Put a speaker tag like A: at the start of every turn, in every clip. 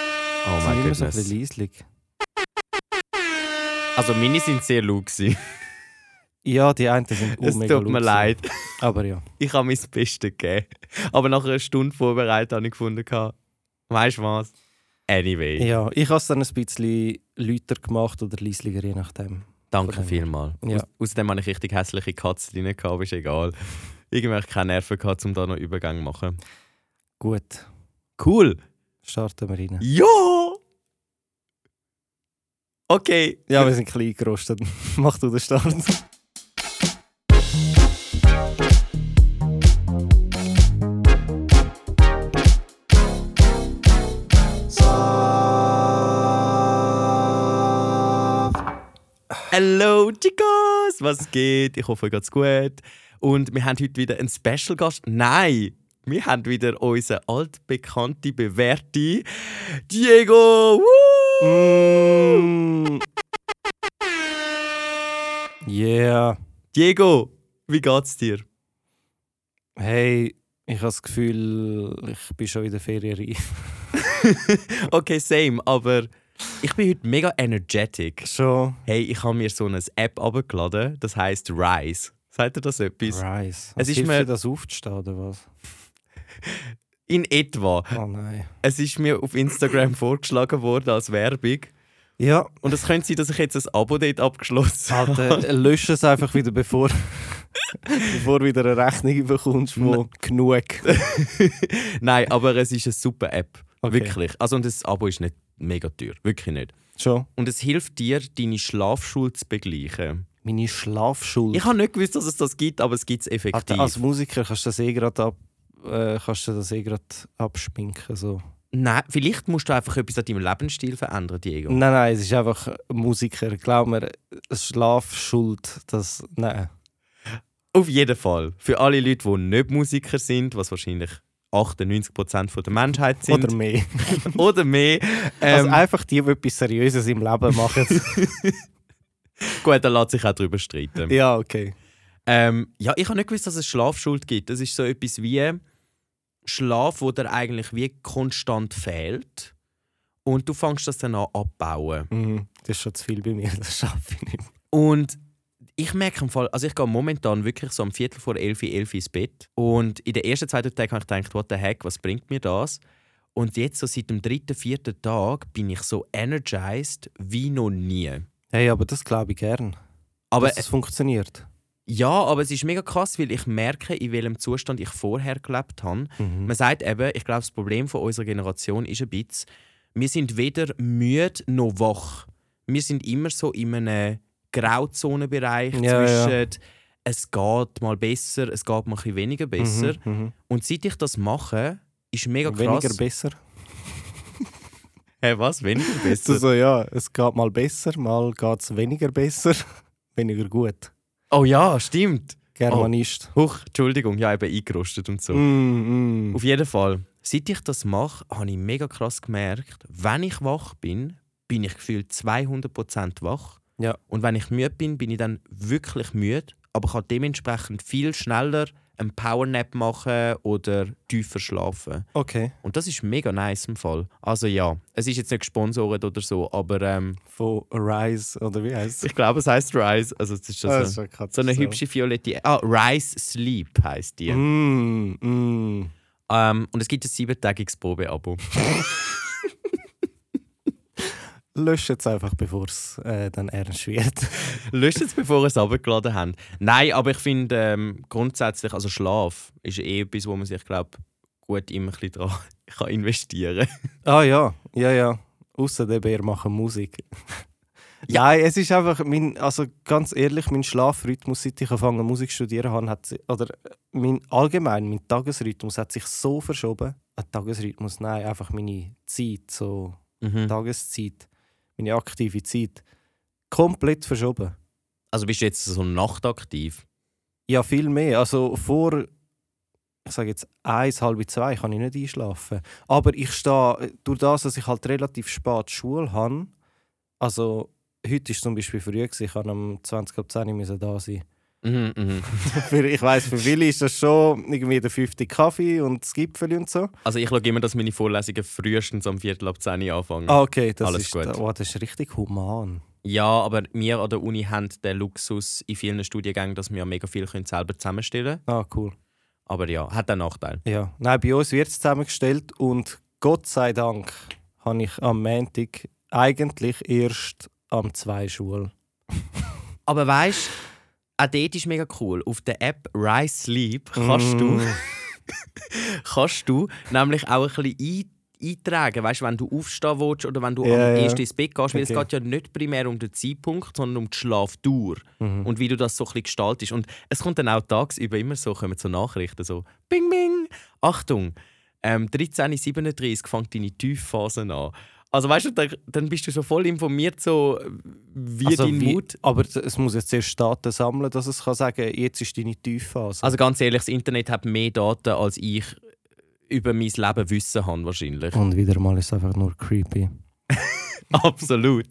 A: my
B: sind immer so ein
A: Oh goodness.
B: bisschen leislich.
A: Also meine sind sehr laut. gewesen.
B: Ja, die einen sind auch
A: Es
B: Oh, mega
A: tut mir
B: laut.
A: leid.
B: Aber ja.
A: Ich habe mein Bestes gegeben. Aber nach einer Stunde vorbereitet habe ich gefunden, gehabt, weißt du was? Anyway.
B: ja, ich habe es dann ein bisschen lauter gemacht oder leislicher, je nachdem.
A: Danke
B: Verdammt.
A: vielmals.
B: Ja.
A: Aus, außerdem habe ich richtig hässliche Katzen drin, gehabt, aber ist egal. Irgendwie habe ich keine Nerven gehabt, um da noch Übergang zu machen.
B: Gut,
A: Cool!
B: starten wir rein.
A: Ja! Okay.
B: Ja, wir sind klein gerostet. Mach du den Start.
A: Hello, Chicos! Was geht? Ich hoffe, euch geht's gut. Und wir haben heute wieder einen Special Gast. Nein! Wir haben wieder unseren altbekannten, bewährten Diego! Woo!
B: Mm. Yeah.
A: Diego, wie geht's dir?
B: Hey, ich habe das Gefühl, ich bin schon in der Ferien reif.
A: Okay, same, aber ich bin heute mega energetic.
B: Schon.
A: Hey, ich habe mir so eine App abgeladen, das heißt Rise. Sagt ihr das etwas?
B: Rice.
A: Es
B: Es
A: ist
B: ist
A: mir-
B: mir das aufzustehen oder was?
A: In etwa.
B: Oh nein.
A: Es ist mir auf Instagram vorgeschlagen worden als Werbung.
B: Ja,
A: Und es könnte sein, dass ich jetzt ein Abo dort abgeschlossen
B: Ah,
A: habe.
B: Alter, äh, lösch es einfach wieder, bevor, bevor du wieder eine Rechnung bekommst, wo genug.
A: Nein, aber es ist eine super App.
B: Okay.
A: Wirklich. Also, und das Abo ist nicht mega teuer. Wirklich nicht.
B: Schon.
A: Und es hilft dir, deine Schulz zu begleichen.
B: Meine Schlafschuld.
A: Ich habe nicht gewusst, dass es das gibt, aber es gibt es effektiv.
B: Alter, als Musiker kannst du das eh gerade ab, äh, kannst du das eh grad abschminken. So.
A: Nein, vielleicht musst du einfach etwas an deinem Lebensstil verändern, Diego.
B: Nein, nein, es ist einfach Musiker. Glaub mir, Schlafschuld, das. Nein.
A: Auf jeden Fall. Für alle Leute, die nicht Musiker sind, was wahrscheinlich 98% der Menschheit sind.
B: Oder mehr.
A: oder mehr.
B: also
A: Ähm,
B: einfach die, die etwas Seriöses im Leben machen.
A: ähm, gut, da lässt sich auch drüber streiten.
B: ja, okay.
A: Ähm, ja, ich habe nicht gewusst, dass es Schlafschuld gibt. Das ist so etwas wie Schlaf, wo dir eigentlich wie konstant fehlt. Und du fängst das dann an abbauen.
B: Mhm. Das ist schon zu viel bei mir, das schaffe ich nicht.
A: Und ich merke im Fall, also ich gehe momentan wirklich so um Viertel vor elf, elf ins Bett. Und in den ersten zwei drei Tagen habe ich gedacht, what the heck, was bringt mir das? Und jetzt so seit dem dritten, vierten Tag bin ich so energized wie noch nie.
B: Hey, aber das glaube ich gern.
A: Aber
B: dass es funktioniert.
A: Ja, aber es ist mega krass, weil ich merke, in welchem Zustand ich vorher gelebt habe. Mhm.
B: Mhm.
A: Man sagt eben, ich glaube, das Problem von unserer Generation ist ein bisschen, wir sind weder müde noch wach. Wir sind immer so in einem Grauzonenbereich
B: Ja, ja.
A: zwischen es geht mal besser, es geht mal ein bisschen weniger besser.
B: Mhm.
A: Und seit ich das mache, ist mega krass.
B: Weniger besser.
A: Hä, was? Weniger
B: So,
A: besser?
B: so, Also, ja, es geht mal besser, mal geht es weniger besser. weniger gut.
A: oh ja, stimmt.
B: Germanist.
A: Huch, Entschuldigung, ja, eben eingerostet und so.
B: Mm, mm.
A: Oh. Auf jeden Fall, seit ich das mache, habe ich mega krass gemerkt, wenn ich wach bin, bin ich gefühlt 200% wach.
B: Ja.
A: Und wenn ich müde bin, bin ich dann wirklich müde, aber kann dementsprechend viel schneller einen Powernap machen oder tiefer schlafen.
B: Okay.
A: Und das ist mega nice im Fall. Also ja, es ist jetzt nicht gesponsert oder so, aber ähm,
B: Von Rise oder wie heißt
A: ich glaube, es heißt Rise. Also es ist das so, so Mhm. eine hübsche violette... Ah, Rise Sleep heißt die.
B: Mm, mm.
A: Ähm, und es gibt ein siebentägiges Probeabo.
B: Lösch jetzt einfach, bevor es äh, dann ernst wird.
A: Löscht es, bevor ihr es runtergeladen habt. Nein, aber ich finde ähm, grundsätzlich, also Schlaf ist eh etwas, wo man sich, glaube gut immer ein bisschen dran kann investieren kann.
B: Ah ja, ja, ja. Außer der Bär machen Musik. ja. Nein, es ist einfach, mein, also ganz ehrlich, mein Schlafrhythmus, seit ich angefangen Musik zu studieren habe, hat, si- oder äh, mein, allgemein, mein Tagesrhythmus hat sich so verschoben. Ein Tagesrhythmus, nein, einfach meine Zeit, so Tageszeit, meine aktive Zeit, komplett verschoben.
A: Also bist du jetzt so nachtaktiv?
B: Ja, viel mehr. Also vor, ich sage jetzt, eins, halb zwei kann ich nicht einschlafen. Aber ich stehe, durch das, dass ich halt relativ spät Schule habe, also heute ist zum Beispiel früh, gewesen, ich kann um 20 ab 10 Uhr müssen da sein.
A: Mhm, mhm.
B: Für, ich weiß, für Willi ist das schon irgendwie der fünfte Kaffee und das Gipfel und so.
A: Also ich schaue immer, dass meine Vorlesungen frühestens am Viertel ab 10 Uhr anfangen.
B: Ah, okay, das
A: Alles
B: ist
A: gut.
B: Oh, das ist richtig human.
A: Ja, aber wir an der Uni haben den Luxus in vielen Studiengängen, dass wir mega viel können selber zusammenstellen können.
B: Ah, cool.
A: Aber ja, hat einen Nachteil.
B: Ja. Nein, bei uns wird es zusammengestellt und Gott sei Dank habe ich am Montag eigentlich erst am zwei Schule.
A: Aber weißt du, auch dort ist mega cool. Auf der App Rise Sleep kannst du
B: Mm.
A: kannst du nämlich auch ein bisschen ein eintragen, weißt, du, wenn du aufstehen willst oder wenn du
B: Ja,
A: am
B: ja.
A: ersten ins Bett gehst, weil es
B: Okay.
A: geht ja nicht primär um den Zeitpunkt, sondern um die Schlafdauer
B: Mhm.
A: und wie du das so ein bisschen gestaltest. Und es kommt dann auch tagsüber immer so, kommen so Nachrichten, so «Bing, bing! Achtung! Ähm, 13.37 Uhr fängt deine Tiefphase an.» Also weißt du, dann, dann bist du so voll informiert, so wie
B: Also
A: dein Mut...
B: Aber es muss jetzt erst Daten sammeln, dass es kann sagen jetzt ist deine Tiefphase.
A: Also ganz ehrlich, das Internet hat mehr Daten, als ich über mein Leben wissen habe wahrscheinlich.
B: Also- und wieder mal ist es einfach nur creepy.
A: Absolut.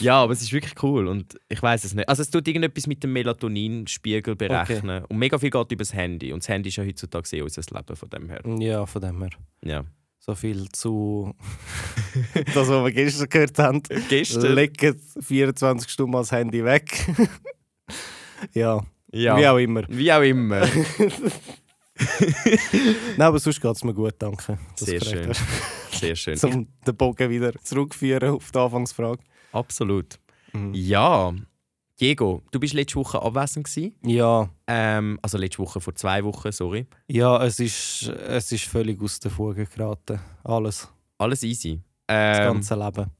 A: Ja, aber es ist wirklich cool und ich weiß es nicht. Also es tut irgendetwas mit dem Melatoninspiegel berechnen und mega viel geht über das Handy und das Handy ist ja heutzutage eh unser Leben von dem her.
B: Ja, von dem her.
A: Ja.
B: So viel zu das, was wir gestern gehört haben.
A: Gestern.
B: Legen 24 Stunden mal das Handy weg. ja,
A: ja.
B: wie auch immer.
A: Wie auch immer.
B: Nein, aber sonst geht es mir gut, danke.
A: Sehr
B: freut
A: schön.
B: mich.
A: Sehr schön.
B: Zum den Bogen wieder zurückführen auf die Anfangsfrage.
A: Absolut.
B: Mhm.
A: Ja. Diego, du bist letzte Woche abwesend gewesen.
B: Ja,
A: Ähm, also letzte Woche vor zwei Wochen, sorry.
B: ja es, ist, es ist völlig aus der Fuge geraten. Alles,
A: Alles easy.
B: das
A: Ähm,
B: ganze Leben.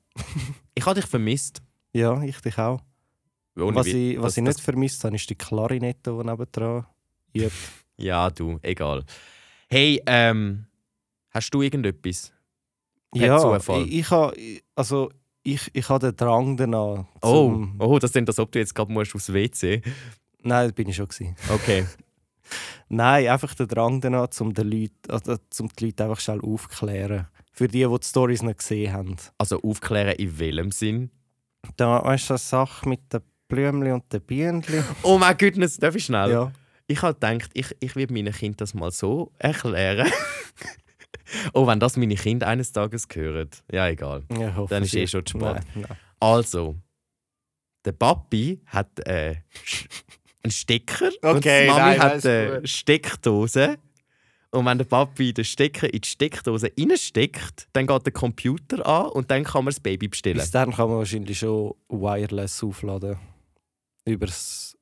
A: ich habe dich vermisst.
B: Ja, ich dich auch.
A: Ohne
B: was
A: Witz.
B: ich, was
A: das-
B: ich nicht
A: das-
B: vermisst habe, ist die Klarinette, die nebendran übt.
A: Ja, du, egal. Hey, ähm, hast du irgendetwas? Per Zufall.
B: ich, ich habe also, ich, ich habe den Drang danach.
A: Oh,
B: zum-
A: oh, das sind das, ob du jetzt gerade musst aufs WC.
B: Nein, das bin ich schon. Gewesen.
A: Okay.
B: Nein, einfach den Drang danach, um den Leuten, also, um die Leute einfach schnell aufklären. Für die, die die Stories nicht gesehen haben.
A: Also aufklären in welchem Sinn?
B: Da weißt du, die Sache mit den Blümchen und den Bienen.
A: Oh mein Goodness, darf ich schnell?
B: Ja.
A: Ich habe gedacht, ich, ich werde meinen Kind das mal so erklären. oh, wenn das meine Kinder eines Tages hören. Ja, egal.
B: Ja, ich hoffe,
A: Dann ist
B: sie-
A: eh schon zu spät.
B: Nein, nein.
A: Also, der Papi hat äh, einen Stecker
B: Okay,
A: und die Mami
B: nein, das
A: hat
B: ist
A: eine
B: gut.
A: Steckdose. Und wenn der Papi den Stecker in die Steckdose reinsteckt, dann geht der Computer an und dann kann man das Baby bestellen.
B: Bis dann kann man wahrscheinlich schon wireless aufladen. Über das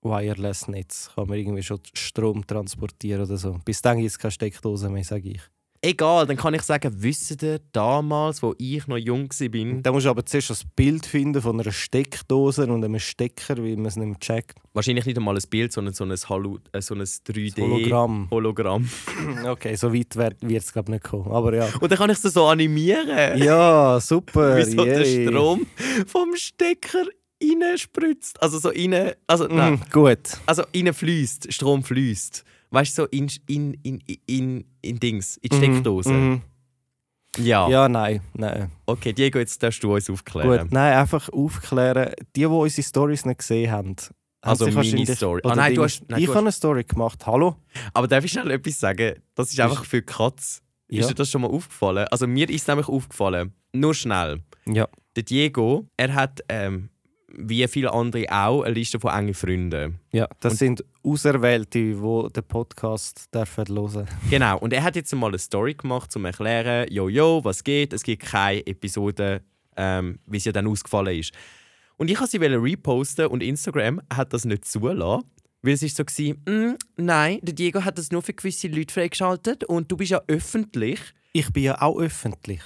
B: Wireless-Netz kann man irgendwie schon Strom transportieren oder so. Bis dann gibt es keine Steckdose mehr, sage ich.
A: Egal, dann kann ich sagen, wisst ihr, damals, wo ich noch jung war,
B: Da musst du aber zuerst ein Bild finden von einer Steckdose und einem Stecker, weil man es nicht mehr checkt.
A: wahrscheinlich nicht einmal ein Bild, sondern so ein, Hallu äh, so ein 3D
B: Hologramm.
A: Hologramm.
B: Okay, so weit wird es glaube nicht kommen. Aber ja.
A: Und dann kann ich es so animieren,
B: Ja, super.
A: wie so der
B: Äh, yay.
A: Strom vom Stecker reinspritzt. Also so rein, also nein.
B: Mm, gut.
A: also innen fließt, Strom fließt. Weißt du, so in, in, in, in, in Dings, in die Steckdose. Ah.
B: Mhm.
A: Ja.
B: Ja, nein, nein.
A: Okay, Diego, jetzt darfst du uns aufklären.
B: Gut, nein, einfach aufklären. Die, die unsere Stories nicht gesehen haben, haben
A: Also
B: sich
A: meine
B: wahrscheinlich-
A: Story. Ah,
B: Oder
A: nein, du
B: Dings-
A: hast- nein,
B: ich
A: du
B: habe eine Story gemacht. Hallo?
A: Aber darf ich schnell etwas sagen? Das ist einfach für Katz.
B: Ja.
A: Ist dir das schon mal aufgefallen? Also mir ist es nämlich aufgefallen. Nur schnell.
B: Ja.
A: Der Diego, er hat, ähm, wie viele andere auch, eine Liste von engen Freunden.
B: ja. Das sind Auserwählte, die den Podcast dürfen hören dürfen.
A: Genau, und er hat jetzt mal eine Story gemacht, um zu erklären, jo, jo, was geht, es gibt keine Episode, ähm, wie sie dann ausgefallen ist. Und ich wollte sie reposten und Instagram hat das nicht zulassen. Weil es war so, gewesen, «Mm, nein, der Diego hat das nur für gewisse Leute freigeschaltet und du bist ja öffentlich.
B: Ich bin ja auch öffentlich.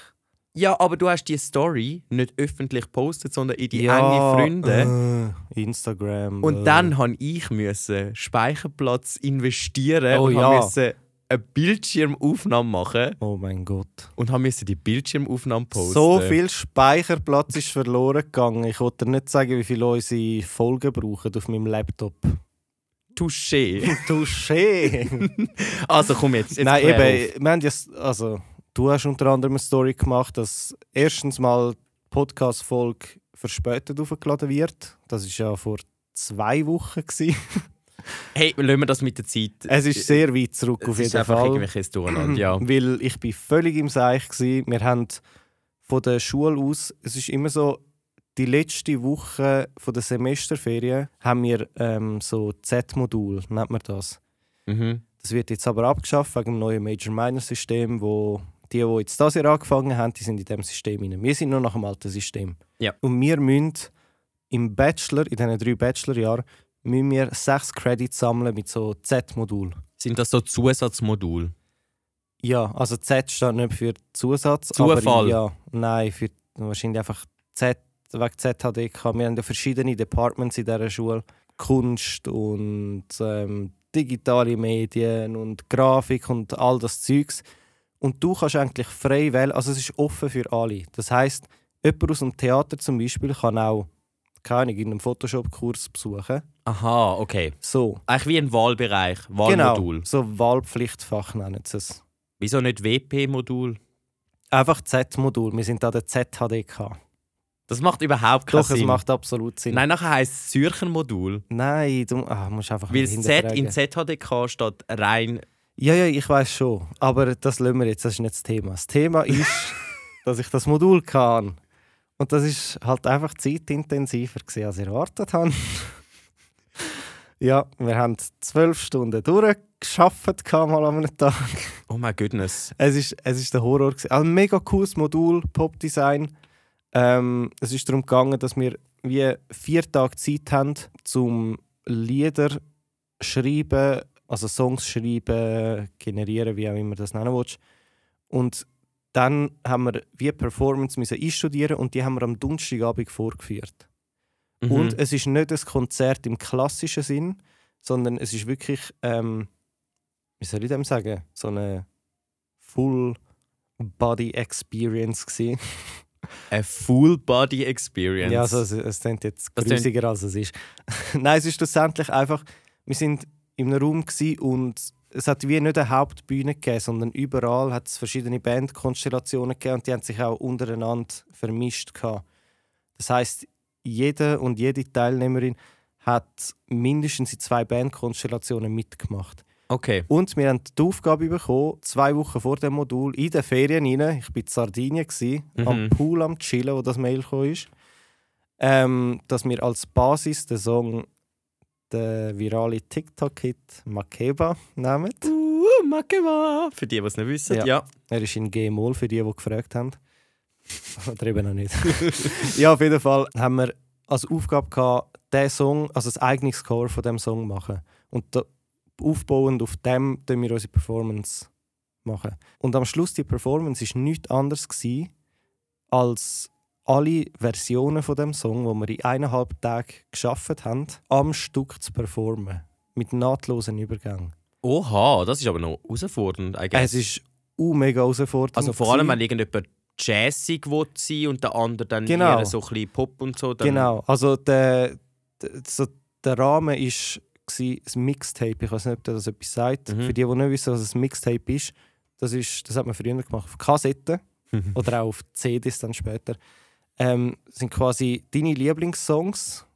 A: Ja, aber du hast die Story nicht öffentlich gepostet, sondern in die engen Freunde.
B: Äh, Instagram.
A: Und
B: äh.
A: dann habe ich müssen Speicherplatz investieren
B: Oh
A: und
B: ja.
A: habe müssen eine Bildschirmaufnahme machen.
B: Oh mein Gott.
A: und haben müssen die Bildschirmaufnahmen posten.
B: So viel Speicherplatz ist verloren gegangen. Ich wollte dir nicht sagen, wie viele unsere Folgen brauchen auf meinem Laptop.
A: Touché.
B: Touché!
A: Also komm jetzt. jetzt
B: Nein,
A: klär
B: eben, wir haben jetzt, also, du hast unter anderem eine Story gemacht, dass erstens mal die Podcast-Folge verspätet aufgeladen wird. Das ist ja vor zwei Wochen. Gewesen.
A: Hey, lassen wir das mit der Zeit.
B: Es ist sehr weit zurück äh, auf
A: es ist
B: jeden
A: einfach
B: Fall.
A: irgendwelches Durcheinander, ja.
B: Weil ich bin völlig im Seich gsi. Wir haben von der Schule aus, es ist immer so, die letzte Woche von der Semesterferien haben wir ähm, so Z-Modul, nennt man das.
A: Mhm.
B: Das wird jetzt aber abgeschafft wegen dem neuen Major-Minor-System, wo die, die jetzt das Jahr angefangen haben, die sind in diesem System rein. Wir sind nur nach dem alten System.
A: Ja.
B: Und wir müssen im Bachelor, in diesen drei Bachelorjahren, müssen wir sechs Credits sammeln mit so Z-Modul.
A: Sind das so Zusatzmodule?
B: Ja, also Z steht nicht für Zusatz. Aber
A: Zufall.
B: ja, nein, für wahrscheinlich einfach Z, wegen ZHDK. Wir haben ja verschiedene Departments in dieser Schule. Kunst und ähm, digitale Medien und Grafik und all das Zeugs. Und du kannst eigentlich frei wählen, also es ist offen für alle. Das heißt, jemand aus dem Theater zum Beispiel kann auch, keine Ahnung, in einem Photoshop-Kurs besuchen.
A: Aha, okay.
B: So,
A: Eigentlich wie ein Wahlbereich, Wahlmodul.
B: genau, so Wahlpflichtfach nennen sie es.
A: Wieso nicht WP-Modul?
B: Einfach Z-Modul, wir sind da der ZHDK.
A: Das macht überhaupt keinen
B: Doch,
A: Sinn.
B: es macht absolut Sinn.
A: Nein, nachher heisst es Zürcher-Modul,
B: Nein, du ah, musst einfach
A: weil
B: nicht
A: das Z
B: hinterfragen.
A: in ZHDK steht rein.
B: Ja, ja, ich weiß schon. Aber das lassen wir jetzt, das ist nicht das Thema. Das Thema ist, dass ich das Modul kann. Und das ist halt einfach zeitintensiver, gewesen, als ich erwartet habe. ja, wir haben zwölf Stunden durchgeschafft, gehabt, mal an einem Tag.
A: Oh mein goodness.
B: Es ist, es ist der Horror. gewesen. Also ein mega cooles Modul, Popdesign. Ähm, es ist darum gegangen, dass wir wie vier Tage Zeit haben, zum Lieder schreiben, also Songs schreiben, generieren, wie auch immer das nennen willst. Und dann haben wir wie Performance müssen einstudieren und die haben wir am Donnerstagabend vorgeführt.
A: Mhm.
B: Und es ist nicht ein Konzert im klassischen Sinn, sondern es ist wirklich, ähm, wie soll ich dem sagen, so eine Full-Body-Experience gewesen.
A: eine Full-Body-Experience.
B: Ja, also es, es klingt jetzt
A: Das
B: grusiger, als es ist. Nein, es ist schlussendlich einfach, wir sind in einem Raum gewesen und es hat wie nicht eine Hauptbühne gegeben, sondern überall hat es verschiedene Bandkonstellationen gegeben und die haben sich auch untereinander vermischt. Gehabt. Das heißt, jeder und jede Teilnehmerin hat mindestens in zwei Bandkonstellationen mitgemacht.
A: okay.
B: Und wir haben die Aufgabe bekommen, zwei Wochen vor dem Modul in den Ferien rein. Ich war in Sardinien, gewesen,
A: Mhm.
B: am Pool am Chillen, wo das Mail gekommen ist. Ähm, dass wir als Basis den Song, den virale TikTok-Hit Makeba nehmen.
A: Uh, Makeba. Für die, die es nicht wissen,
B: Ja.
A: ja.
B: Er ist in G-Moll für die, die gefragt haben. Oder eben noch nicht. ja, auf jeden Fall haben wir als Aufgabe gehabt, diesen Song, also das eigene Score von dem Song machen. Und da, aufbauend auf dem tun wir unsere Performance machen. Und am Schluss die Performance ist nichts anderes gewesen, als alle Versionen von dem Song, wo wir in eineinhalb Tagen geschafft haben, am Stück zu performen. Mit nahtlosen Übergängen.
A: Oha, das ist aber noch herausfordernd eigentlich.
B: Es ist uh, mega herausfordernd.
A: Also vor allem,
B: gewesen.
A: wenn irgendjemand jazzig will sein und der andere dann
B: Genau.
A: eher so ein bisschen Pop und so. Dann
B: Genau, also der, der- so der Rahmen ist gsi das Mixtape. Ich weiß nicht, ob dir das etwas sagt.
A: Mhm.
B: Für die, die nicht wissen, was ein Mixtape ist, das ist, das hat man früher gemacht auf Kassetten oder auch auf CDs dann später. Ähm, sind quasi deine Lieblingssongs,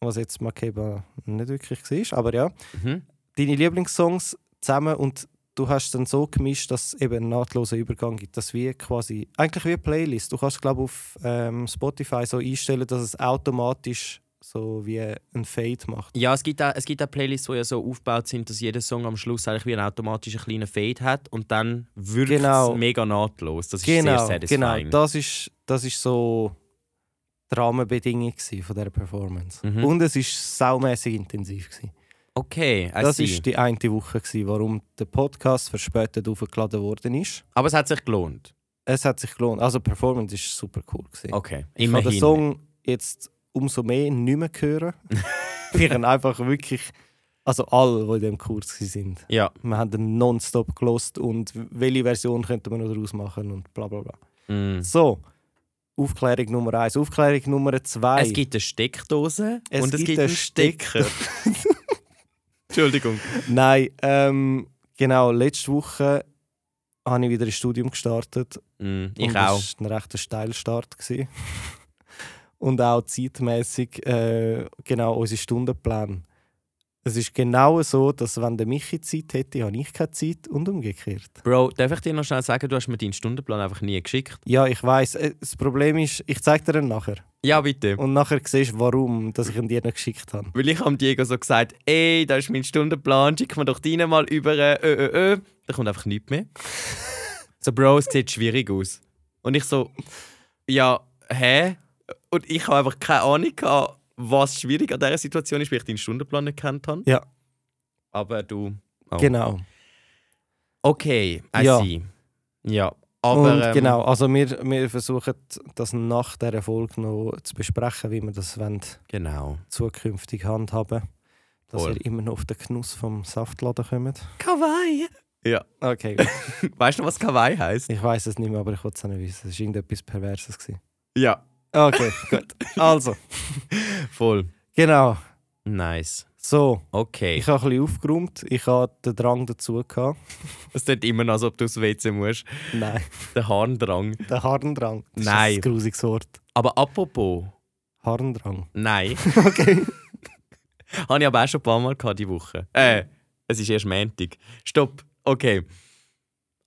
B: was jetzt Makeba nicht wirklich war, aber ja
A: Mhm.
B: deine Lieblingssongs zusammen und du hast dann so gemischt, dass es eben einen nahtlosen Übergang gibt. Das wie quasi, eigentlich wie eine Playlist. Du kannst, glaube auf ähm, Spotify so einstellen, dass es automatisch so wie ein Fade macht.
A: Ja, es gibt, auch, es gibt auch Playlists, die ja so aufgebaut sind, dass jeder Song am Schluss eigentlich wie einen automatischen kleinen Fade hat und dann wirkt
B: Genau.
A: es mega nahtlos. Das ist sehr
B: genau, genau.
A: satisfying.
B: Das ist, das ist so die Rahmenbedingung gewesen von dieser Performance.
A: Mhm.
B: Und es war saumässig intensiv. Gewesen.
A: Okay, I
B: Das
A: see.
B: war die eine Woche, gewesen, warum der Podcast verspätet aufgeladen worden ist.
A: Aber es hat sich gelohnt.
B: Es hat sich gelohnt. Also, die Performance war super cool. Gewesen.
A: Okay,
B: Ich kann
A: immerhin.
B: den Song jetzt umso mehr nicht mehr hören. Wir haben einfach wirklich, also alle, die in diesem Kurs waren,
A: Ja.
B: wir haben den nonstop gelost und welche Version könnte man noch daraus machen und bla bla bla.
A: Mm.
B: So, Aufklärung Nummer eins, Aufklärung Nummer zwei.
A: Es gibt eine Steckdose
B: Es
A: und es
B: gibt
A: gibt,
B: eine
A: einen Stecker. Entschuldigung.
B: Nein, ähm, genau, letzte Woche habe ich wieder ein Studium gestartet.
A: Mm,
B: und
A: ich auch.
B: Das war ein rechter Steilstart. gewesen. und auch zeitmäßig äh, genau unsere Stundenpläne. Es ist genau so, dass wenn der Michi Zeit hätte, habe ich keine Zeit und umgekehrt.
A: Bro, darf ich dir noch schnell sagen, du hast mir deinen Stundenplan einfach nie geschickt?
B: Ja, ich weiß. äh, Das Problem ist, ich zeige dir ihn nachher.
A: Ja, bitte.
B: Und nachher siehst du, warum dass ich ihn dir nicht geschickt habe.
A: Weil ich am Diego so gesagt, ey, da ist mein Stundenplan, schick mir doch deinen mal über, äh, äh, äh. Da kommt einfach nichts mehr. so, Bro, es sieht schwierig aus. Und ich so, ja, hä? Und ich habe einfach keine Ahnung gehabt, was schwierig an dieser Situation ist, weil ich deinen Stundenplan nicht kennt habe.
B: Ja.
A: Aber du. oh.
B: Genau.
A: Okay, I
B: Ja.
A: see. Ja. Aber.
B: und
A: ähm,
B: genau, also wir, wir versuchen das nach der Folge noch zu besprechen, wie wir das wollen,
A: Genau.
B: zukünftig handhaben. Dass
A: Voll.
B: ihr immer noch auf den Genuss vom Saftladen kommt.
A: Kawaii!
B: Okay.
A: Weißt du noch, was Kawaii heißt?
B: ich weiß es nicht mehr, aber ich wollte es auch nicht wissen. Es war irgendetwas Perverses. Gewesen.
A: Ja.
B: Okay, gut. Also,
A: Voll.
B: genau.
A: Nice.
B: So,
A: Okay.
B: ich habe ein bisschen aufgeräumt. Ich habe den Drang dazu gehabt.
A: Es tut immer noch, als ob du aufs WC musst.
B: Nein,
A: Der Harndrang.
B: den Harndrang. Das
A: Nein.
B: Ist ein grusiges Wort.
A: Aber apropos,
B: Harndrang.
A: nein.
B: Okay.
A: Habe ich aber auch schon ein paar Mal gehabt diese Woche. Äh, es ist erst Montag. Stopp. Okay.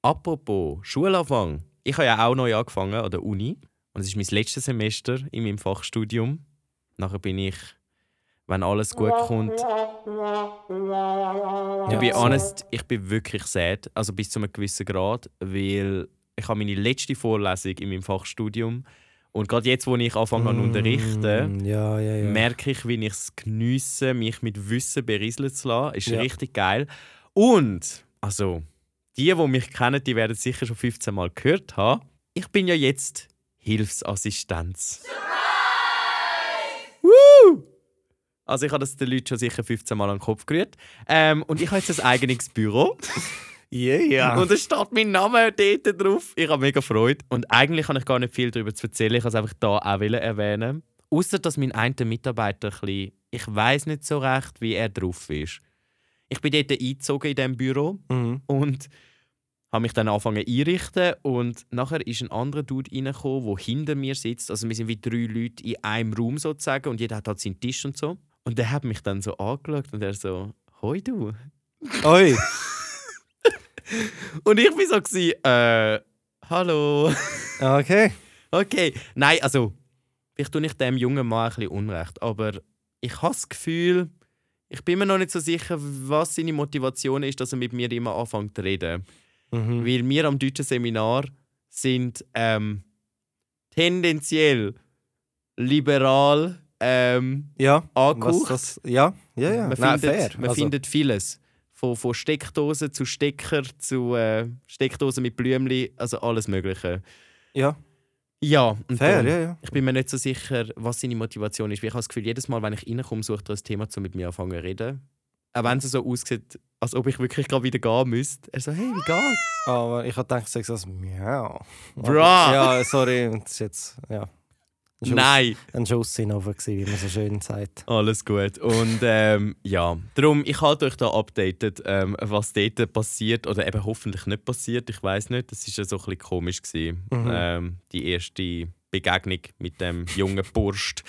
A: Apropos Schulanfang. Ich habe ja auch neu angefangen an der Uni. Und es ist mein letztes Semester in meinem Fachstudium. Nachher bin ich, wenn alles gut kommt.
B: Ja,
A: to be
B: so.
A: honest, ich bin wirklich sad. Also bis zu einem gewissen Grad. Weil ich habe meine letzte Vorlesung in meinem Fachstudium. Und gerade jetzt, wo ich anfange an unterrichten,
B: Mm, Ja, ja, ja.
A: merke ich, wie ich es geniesse, mich mit Wissen berieseln zu lassen. Ist
B: Ja.
A: richtig geil. Und, also, die, die mich kennen, die werden es sicher schon 15 Mal gehört haben. Ich bin ja jetzt Hilfsassistenz. Surprise! Woo! Also ich habe das den Leuten schon sicher 15 Mal an den Kopf gerührt. Ähm, und ich habe jetzt ein eigenes Büro.
B: Yeah, yeah.
A: Und es steht mein Name dort drauf. Ich habe mega Freude. Und eigentlich kann ich gar nicht viel darüber zu erzählen. Ich wollte es einfach da auch wollen erwähnen. Außer dass mein einer Mitarbeiter ein bisschen, ich weiß nicht so recht, wie er drauf ist. Ich bin dort eingezogen in diesem Büro
B: Mhm.
A: und habe mich dann angefangen einrichten und nachher ist ein anderer Dude reingekommen, der hinter mir sitzt. Also wir sind wie drei Leute in einem Raum sozusagen und jeder hat halt seinen Tisch und so. Und der hat mich dann so angeschaut und er so, «Hoi du!»
B: Oi.
A: Und ich war so, gewesen, «Äh, hallo!»
B: Okay.
A: Okay, nein, also ich tue nicht dem jungen Mann ein bisschen Unrecht, aber ich habe das Gefühl, ich bin mir noch nicht so sicher, was seine Motivation ist, dass er mit mir immer anfängt zu reden.
B: Mhm.
A: Weil wir am deutschen Seminar sind ähm, tendenziell liberal ähm,
B: Ja. Was
A: angehaucht.
B: das? Ja, ja, ja.
A: Man,
B: Nein,
A: findet,
B: fair.
A: man
B: Also,
A: findet vieles. Von, von Steckdosen zu Stecker zu äh, Steckdosen mit Blümchen, also alles Mögliche.
B: ja,
A: Ja, und
B: fair,
A: darum-
B: ja, ja.
A: ich bin mir nicht so sicher, was seine Motivation ist. Weil ich habe das Gefühl, jedes Mal, wenn ich reinkomme, sucht er ein Thema, um mit mir anfangen zu reden. Auch wenn es so aussieht, als ob ich wirklich gerade wieder gehen müsste. Er so, hey, wie geht's?
B: Aber ich habe gedacht, du sagst das Miau.
A: Bra.
B: Ja, sorry. Das ist jetzt ja, Schuss.
A: Nein!
B: ein Schuss in den Ofen, gewesen, wie man so schön sagt.
A: Alles gut. Und ähm, ja, darum, ich halte euch da updated, ähm, was dort passiert oder eben hoffentlich nicht passiert. Ich weiß nicht, das war ja so ein bisschen komisch. Gewesen.
B: Mhm.
A: Ähm, die erste Begegnung mit dem jungen Burst.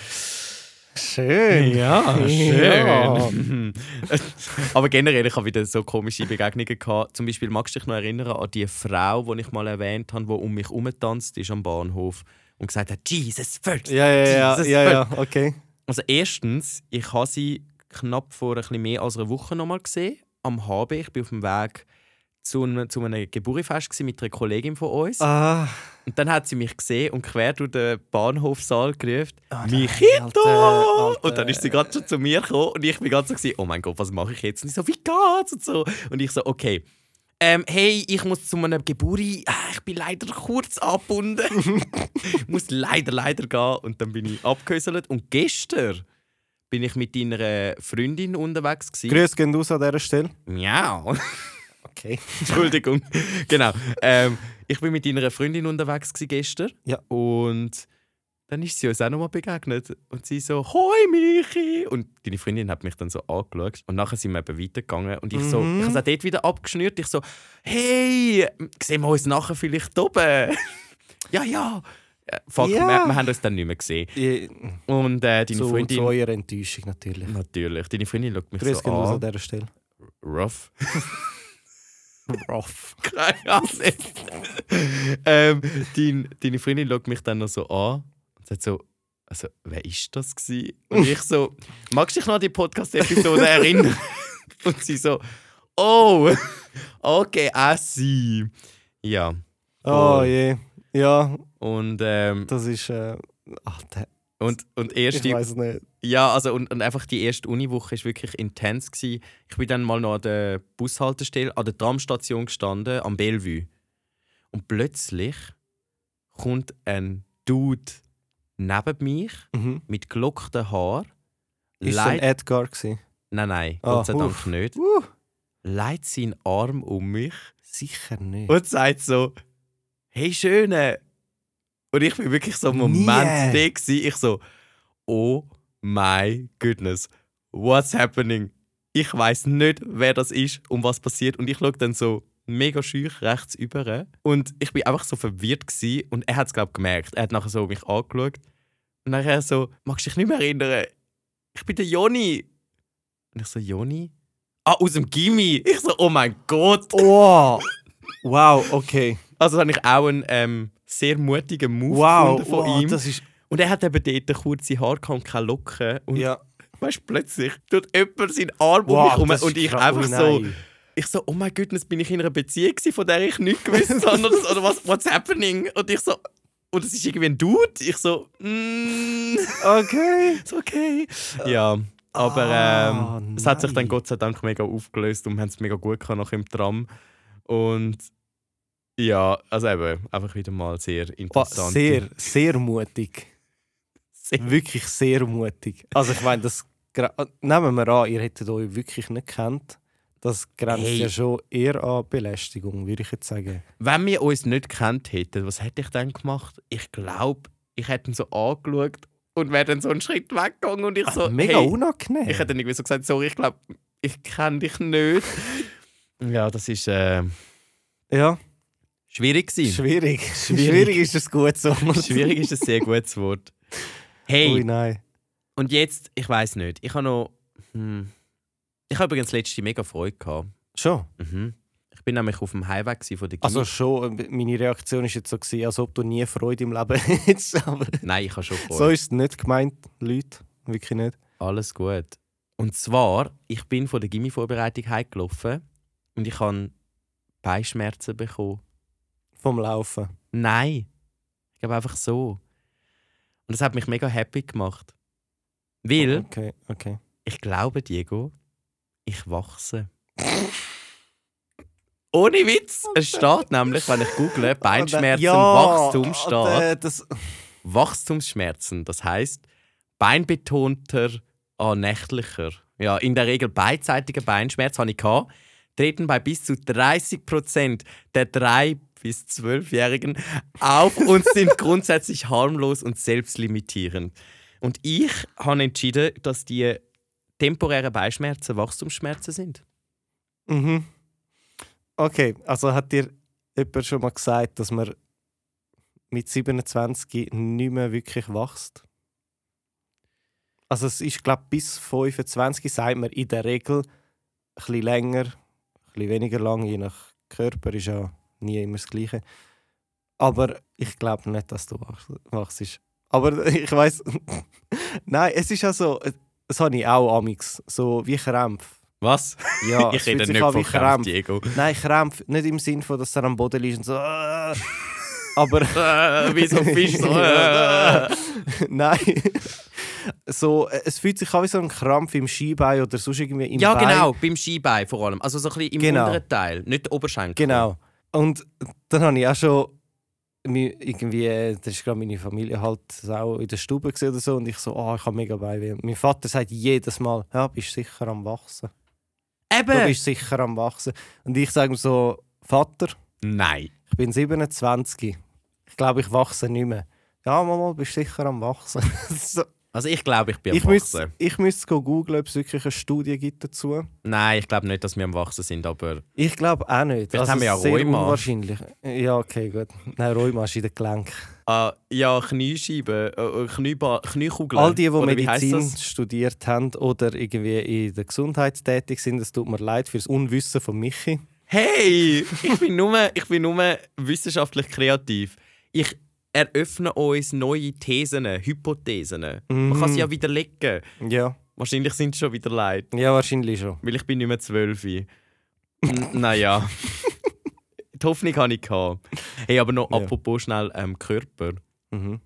B: Schön.
A: Ja,
B: Ja.
A: Ah, schön. Aber generell, ich habe wieder so komische Begegnungen gehabt. Zum Beispiel magst du dich noch erinnern an die Frau, die ich mal erwähnt habe, die um mich herumgetanzt ist am Bahnhof und gesagt hat, Jesus first.
B: Ja, ja, ja,
A: Jesus
B: ja,
A: Christ.
B: ja, okay.
A: Also erstens, ich habe sie knapp vor ein bisschen mehr als einer Woche nochmal gesehen am HB. Ich bin auf dem Weg zu einem, zu einem Geburtstagsfest gewesen mit einer Kollegin von uns.
B: Ah,
A: Und dann hat sie mich gesehen und quer durch den Bahnhofsaal gerufen,
B: nein, Alter,
A: Michito!
B: Alter.
A: Und dann ist sie gerade schon zu mir gekommen und ich bin ganz so, gewesen, oh mein Gott, was mache ich jetzt? Und ich so, wie geht's? Und, so. und ich so, okay. Ähm, hey, ich muss zu meinem Geburi. Ah, ich bin leider kurz angebunden. ich muss leider, leider gehen. Und dann bin ich abgehäuselt. Und gestern bin ich mit deiner Freundin unterwegs. Gewesen.
B: Grüße gehen raus an dieser Stelle.
A: Miau.
B: Okay.
A: Entschuldigung. genau. Ähm, ich bin mit deiner Freundin unterwegs gewesen gestern.
B: Ja.
A: Und dann ist sie uns auch nochmal begegnet. Und sie so, «Hoi, Michi!» Und deine Freundin hat mich dann so angeschaut. Und nachher sind wir eben weitergegangen. Und ich so, ich
B: Mhm.
A: habe es auch dort wieder abgeschnürt. Ich so, «Hey, sehen wir uns nachher vielleicht oben?» «Ja, ja, fuck,
B: Ja.
A: wir, wir haben uns dann nicht mehr gesehen.
B: Ich,
A: Und äh, deine
B: zu,
A: Freundin.
B: zu eurer Enttäuschung natürlich.
A: Natürlich. Deine Freundin schaut mich
B: Grüß
A: so
B: gehen raus an
A: an.
B: dieser Stelle.
A: Rough.
B: Rough.
A: Keine Ahnung. ähm, dein, deine Freundin schaut mich dann noch so an und sagt so, also, wer ist das gsi? Und ich so, magst du dich noch an die Podcast-Episode erinnern? und sie so, oh, okay, I see. Ja,
B: Oh
A: Voll.
B: je. Ja,
A: und, ähm,
B: das ist. Äh, ach, der,
A: und, und
B: ich
A: erste
B: weiß nicht.
A: Ja, also und, und einfach die erste Uniwoche war wirklich intens. Gewesen. Ich bin dann mal noch an der Bushaltestelle, an der Tramstation gestanden, am Bellevue. Und plötzlich kommt ein Dude neben mich
B: Mhm.
A: mit gelockten Haar.
B: Ist so ein
A: Leit-
B: Edgar gewesen?
A: nein, nein,
B: Ah,
A: Gott sei Dank
B: uff.
A: nicht.
B: Uh,
A: Leitet seinen Arm um mich
B: sicher nicht.
A: und sagt so: Hey, Schöne! Und ich bin wirklich so im Moment
B: Nie.
A: yeah. da. Gewesen. Ich so: Oh my goodness, what's happening? Ich weiß nicht, wer das ist und was passiert. Und ich schaue dann so mega schüch rechts über. Und ich bin einfach so verwirrt. Gewesen. Und er hat es, glaube ich, gemerkt. Er hat nachher so mich angeschaut. Und nachher so: Magst du dich nicht mehr erinnern? Ich bin der Joni. Und ich so: Joni? Ah, aus dem Gimmi. Ich so: Oh mein Gott.
B: Oh! Wow, okay.
A: Also habe ich auch einen ähm, sehr mutigen Move
B: Wow,
A: gefunden von
B: wow,
A: ihm.
B: das ist.
A: und er hat eben dort kurze Haare gehabt und keine Locken. Und
B: Ja.
A: weißt, du, plötzlich tut jemand seinen Arm um mich
B: das
A: herum und
B: ist
A: ich
B: krass.
A: einfach
B: Oh
A: so,
B: nein.
A: ich so, oh mein Gott, bin ich in einer Beziehung gewesen, von der ich nichts gewusst habe oder, oder was, what's happening? Und ich so, und es ist irgendwie ein Dude. Ich so, mm,
B: Okay.
A: ist okay. Ja, aber
B: Ah,
A: ähm, es hat sich
B: nein.
A: dann Gott sei Dank mega aufgelöst und wir haben es mega gut gehabt nach im Tram. Und ja, also eben, einfach wieder mal sehr
B: Wa-
A: interessant.
B: Sehr, sehr mutig.
A: Sehr.
B: Wirklich sehr mutig. Also ich meine, das gra- nehmen wir an, ihr hättet euch wirklich nicht gekannt. Das grenzt
A: Hey.
B: ja schon eher an Belästigung, würde ich jetzt sagen.
A: Wenn wir uns nicht gekannt hätten, was hätte ich dann gemacht? Ich glaube, ich hätte ihn so angeschaut und wäre dann so einen Schritt weggegangen und ich so,
B: Ah, Mega
A: Also, hey,
B: unangenehm.
A: ich hätte dann irgendwie so gesagt, sorry, ich glaube, ich kenne dich nicht. ja, das ist äh,
B: ja,
A: schwierig gewesen.
B: schwierig. Schwierig, ist es gut so.
A: Schwierig ist ein sehr gutes Wort.
B: Ui,
A: Hey,
B: nein.
A: und jetzt, ich weiß nicht, ich habe noch. Hm, ich habe übrigens letzte mega Freude gehabt.
B: Schon.
A: Mhm. Ich bin nämlich auf dem Highway gewesen von der Gimmi.
B: Also schon, äh, meine Reaktion war jetzt so, gewesen, als ob du nie Freude im Leben hättest. Aber
A: Nein, ich habe schon Freude.
B: so ist es nicht gemeint, Leute. Wirklich nicht.
A: Alles gut. Und zwar, ich bin von der Gimmi-Vorbereitung heimgelaufen und ich habe Beinschmerzen bekommen.
B: Vom Laufen.
A: Nein. Ich glaube einfach so. Und das hat mich mega happy gemacht. Weil.
B: Okay, okay.
A: Ich glaube, Diego, ich wachse. Ohne Witz! Es steht nämlich, wenn ich google, Beinschmerzen, Wachstum steht.
B: äh, das,
A: Wachstumsschmerzen, das heißt beinbetonter, ah, nächtlicher. Ja, in der Regel beidseitiger Beinschmerz habe ich gehabt, treten bei bis zu 30 Prozent der drei bis zwölfjährigen auf und sind grundsätzlich harmlos und selbstlimitierend. Und ich habe entschieden, dass die temporären Beinschmerzen Wachstumsschmerzen sind.
B: Mhm. Okay, also hat dir jemand schon mal gesagt, dass man mit 27 nicht mehr wirklich wächst? Also es ist, glaube bis 25 sagt man in der Regel ein bisschen länger, ein bisschen weniger lang, je nach Körper ist ja nie immer das Gleiche. Aber ich glaube nicht, dass du wach- wachst. Aber ich weiß, nein, es ist ja so, äh, das habe ich auch amix, so wie Krämpfe.
A: Was?
B: Ja, Ah, es
A: ich
B: fühlt
A: rede
B: sich
A: nicht
B: an
A: von
B: wie
A: Krampf,
B: Krämpfe.
A: Diego.
B: Nein, Krämpfe. Nicht im Sinn von, dass er am Boden liegt und so. äh. Aber
A: Äh, wie so ein Fisch. So, äh.
B: nein. So, äh, es fühlt sich an wie so ein Krampf im Skibein oder sonst irgendwie im
A: Ja,
B: Bein.
A: genau, beim Skibein vor allem. Also so ein bisschen im
B: Genau.
A: unteren Teil, nicht der Oberschenkel.
B: Genau. Und dann habe ich auch schon mi- irgendwie, äh, das ist gerade meine Familie halt auch in der Stube gewesen oder so und ich so, oh, ich habe mega Beinweh. Und Mein Vater sagt jedes Mal, ja, bist sicher am Wachsen. Du
A: Eben!
B: bist sicher am Wachsen. Und ich sage ihm so, Vater,
A: Nein.
B: Ich bin 27. Ich glaube, ich wachse nicht mehr. Ja, Mama, bist sicher am Wachsen. so.
A: Also ich glaube, ich bin am
B: Ich
A: Wachsen.
B: müsste ich müsste go googeln, ob es wirklich eine Studie gibt dazu.
A: Nein, ich glaube nicht, dass wir am Wachsen sind, aber
B: Ich glaube auch nicht. Also
A: Vielleicht haben wir ja
B: sehr
A: Rheuma.
B: Unwahrscheinlich. Ja, okay, gut. Nein, Rheuma ist in den Gelenken.
A: Ah, ja, Kniescheiben, äh, Knieba- Kniekugeln.
B: All die, die
A: Oder wie heisst
B: Medizin
A: das?
B: studiert haben oder irgendwie in der Gesundheit tätig sind, es tut mir leid für das Unwissen von Michi.
A: Hey, ich bin nur, ich bin nur wissenschaftlich kreativ. Ich eröffne uns neue Thesen, Hypothesen. Man
B: Mhm.
A: kann sie ja widerlegen.
B: Ja,
A: Wahrscheinlich sind sie schon wieder leid,
B: ja wahrscheinlich schon.
A: weil ich bin nicht mehr zwölf. N- naja. Die Hoffnung hatte ich. gehabt. Hey, aber noch
B: Ja.
A: apropos schnell ähm, Körper.
B: Mhm.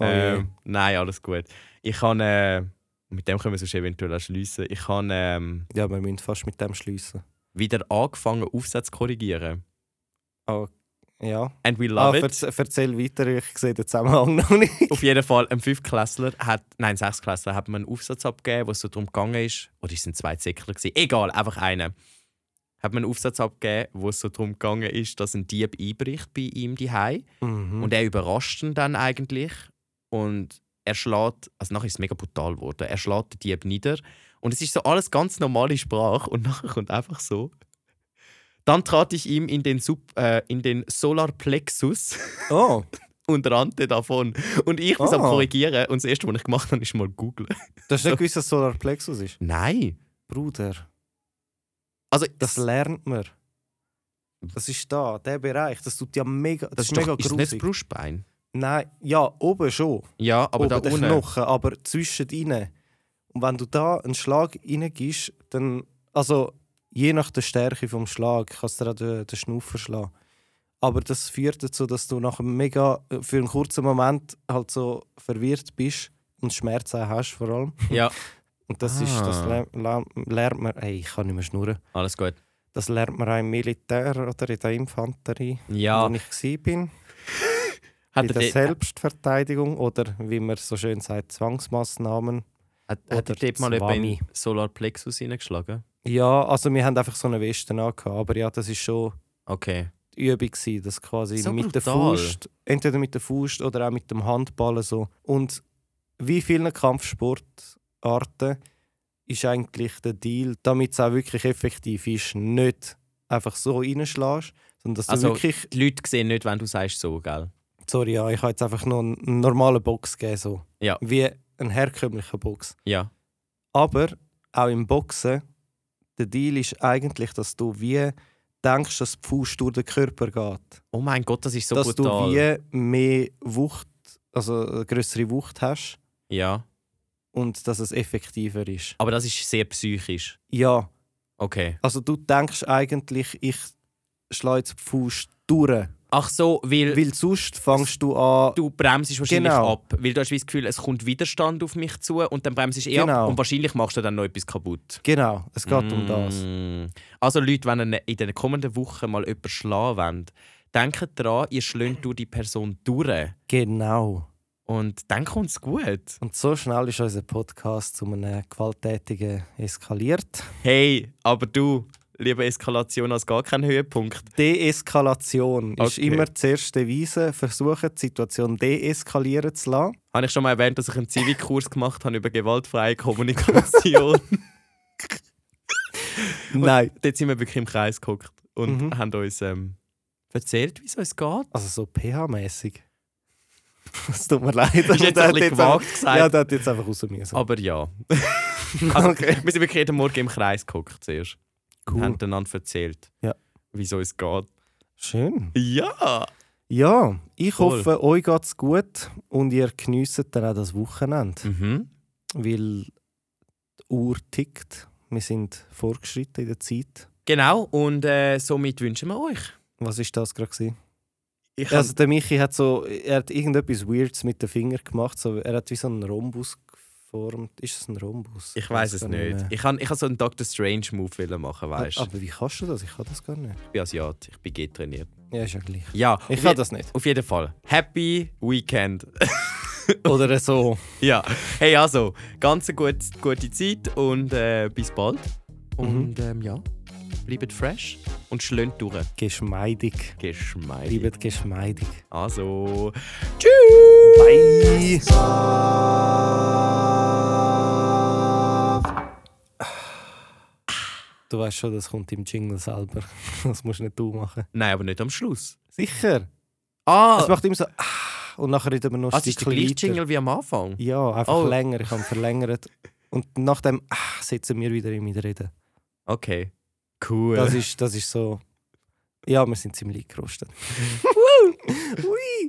B: Oh,
A: Ähm,
B: je.
A: Nein, alles gut. Ich habe... Äh, mit dem können wir sonst eventuell auch schliessen. Ich habe ähm,
B: Ja, wir müssen fast mit dem schliessen.
A: wieder angefangen, Aufsätze zu korrigieren.
B: Oh, ja.
A: And we
B: Ah,
A: love it.
B: verz- erzähl weiter, ich sehe den Zusammenhang noch nicht.
A: Auf jeden Fall, ein Fünfklässler hat, nein, ein Sechsklässler hat mir einen Aufsatz abgegeben, wo es so darum gegangen ist, oder es sind zwei Zäckler gewesen, egal, einfach einer. Hat mir einen Aufsatz abgegeben, wo es so darum gegangen ist, dass ein Dieb einbricht bei ihm daheim
B: Mhm.
A: und er überrascht ihn dann eigentlich und er schlägt, also nachher ist es mega brutal geworden, er schlägt den Dieb nieder und es ist so alles ganz normale Sprache und nachher kommt einfach so. Dann trat ich ihm in den, Sub, äh, in den Solarplexus
B: Oh,
A: und rannte davon. Und ich muss
B: Ah.
A: am korrigieren. Und das erste, was ich gemacht habe, ist mal googeln.
B: du hast nicht gewusst, dass Solarplexus ist?
A: Nein.
B: Bruder,
A: Also,
B: das
A: das,
B: lernt man. Das ist da, der Bereich, das tut ja mega, das,
A: das
B: ist mega
A: doch, ist nicht das
B: grusig.
A: Brustbein.
B: Nein, ja, oben schon.
A: Ja, aber
B: oben
A: da
B: der
A: unten.
B: Knochen, aber zwischen rein. Und wenn du da einen Schlag reingibst, dann. Also, je nach der Stärke vom Schlag kannst du dir auch den, den Schnaufer schlagen. Aber das führt dazu, dass du nach einem mega, äh, für einen kurzen Moment halt so verwirrt bist und Schmerzen auch hast vor allem.
A: Ja,
B: Und das ist, das
A: Ah.
B: lernt, lernt man. Ey, ich kann nicht mehr schnurren.
A: alles gut.
B: Das lernt man auch im Militär oder in der Infanterie,
A: Ja,
B: wo ich war.
A: hat
B: Bei
A: er,
B: der
A: de, hat,
B: Selbstverteidigung oder wie man so schön sagt, Zwangsmaßnahmen.
A: hat er
B: oder
A: dort mal jemand
B: Salami.
A: in Solarplexus reingeschlagen?
B: Ja, also wir haben einfach so eine Weste angehabt, aber ja, das ist schon
A: Okay.
B: die Übung gewesen, das quasi
A: So
B: mit der
A: brutal.
B: Faust, entweder mit der Faust oder auch mit dem Handballen so. Und wie vielen Kampfsportarten ist eigentlich der Deal, damit es auch wirklich effektiv ist, nicht einfach so reinschlägst, sondern dass
A: Also-
B: du wirklich...
A: Die Leute sehen nicht, wenn du sagst so, gell?
B: Sorry, ja, ich habe jetzt einfach nur einen normalen Box gegeben, so.
A: Ja.
B: Wie ein herkömmlicher Box.
A: Ja.
B: Aber auch im Boxen, der Deal ist eigentlich, dass du wie denkst, dass die Faust durch den Körper geht.
A: Oh mein Gott, das ist so
B: dass
A: brutal.
B: du wie mehr Wucht, also eine größere Wucht hast
A: ja.
B: und dass es effektiver ist.
A: Aber das ist sehr psychisch.
B: Ja,
A: Okay.
B: also du denkst eigentlich, ich schlage jetzt die Faust durch.
A: Ach so, weil,
B: Weil sonst fängst du an,
A: du bremst wahrscheinlich
B: Genau.
A: ab. Weil du hast wie das Gefühl, es kommt Widerstand auf mich zu und dann bremst du eher ab
B: Genau.
A: und wahrscheinlich machst du dann noch etwas kaputt.
B: genau, es geht um das.
A: Mm. Also Leute, wenn ihr ne- in den kommenden Wochen mal jemanden schlagen wollt, denkt daran, ihr schlönt durch die Person durch.
B: Genau.
A: Und dann kommt es gut.
B: Und so schnell ist unser Podcast zu einem gewalttätigen eskaliert.
A: Hey, aber du, liebe Eskalation als gar keinen Höhepunkt.
B: Deeskalation ist
A: Okay.
B: immer die erste Devise. Versuchen, die Situation deeskalieren zu lassen.
A: Habe ich schon mal erwähnt, dass ich einen Zivikkurs gemacht habe über gewaltfreie Kommunikation.
B: Nein.
A: Dort sind wir wirklich im Kreis geguckt und
B: Mhm.
A: haben uns ähm, erzählt, wie es uns geht.
B: Also so pH-mäßig. Es tut mir leid.
A: Ist jetzt
B: Der
A: ein bisschen
B: hat jetzt einfach-
A: gewagt gesagt, Ah,
B: Ja, das hat jetzt einfach raus müssen.
A: aber ja. also,
B: Okay.
A: Wir sind wirklich jeden Morgen im Kreis geguckt zuerst.
B: Cool.
A: haben einander erzählt,
B: Ja.
A: wie es uns geht.
B: Schön.
A: Ja!
B: Ja, ich
A: Voll.
B: hoffe, euch geht es gut und ihr geniesst dann auch das Wochenende.
A: Mhm.
B: Weil die Uhr tickt. Wir sind vorgeschritten in der Zeit.
A: Genau, und äh, somit wünschen wir euch.
B: Was ist das gerade? gewesen?
A: Ich
B: Also der Michi hat so, er hat irgendetwas Weirdes mit den Fingern gemacht. So, er hat wie so einen Rhombus geformt. Ist es ein Rhombus?
A: ich weiß es
B: gar mehr.
A: nicht. Ich kann, ich kann so einen Dr. Strange-Move machen,
B: A-
A: weißt du?
B: Aber wie kannst du das? Ich kann das gar nicht.
A: Ich bin Asiat, ich bin getrainiert.
B: Ja, ist ja gleich.
A: Ja,
B: Ich
A: auf,
B: kann
A: je-
B: das nicht.
A: auf jeden Fall. Happy Weekend.
B: Oder so.
A: ja. Hey, also, ganz eine gute, gute Zeit und äh, bis bald. Und ähm, ja, bleibt fresh und schlönt durch.
B: Geschmeidig.
A: Geschmeidig.
B: Bleibt geschmeidig.
A: Also, tschüss!
B: Bye! Du weißt schon, das kommt im Jingle selber. Das musst nicht du machen.
A: Nein, aber nicht am Schluss.
B: Sicher!
A: Ah,
B: Es macht immer so. Und nachher reden wir noch
A: Ah, es ist der gleiche Jingle wie am Anfang.
B: Ja, einfach
A: Oh.
B: länger. Ich habe verlängert. Und nach dem ah, sitzen wir wieder in meiner Rede.
A: Okay. Cool.
B: Das ist, das ist so. Ja, wir sind ziemlich eingerostet. Ui.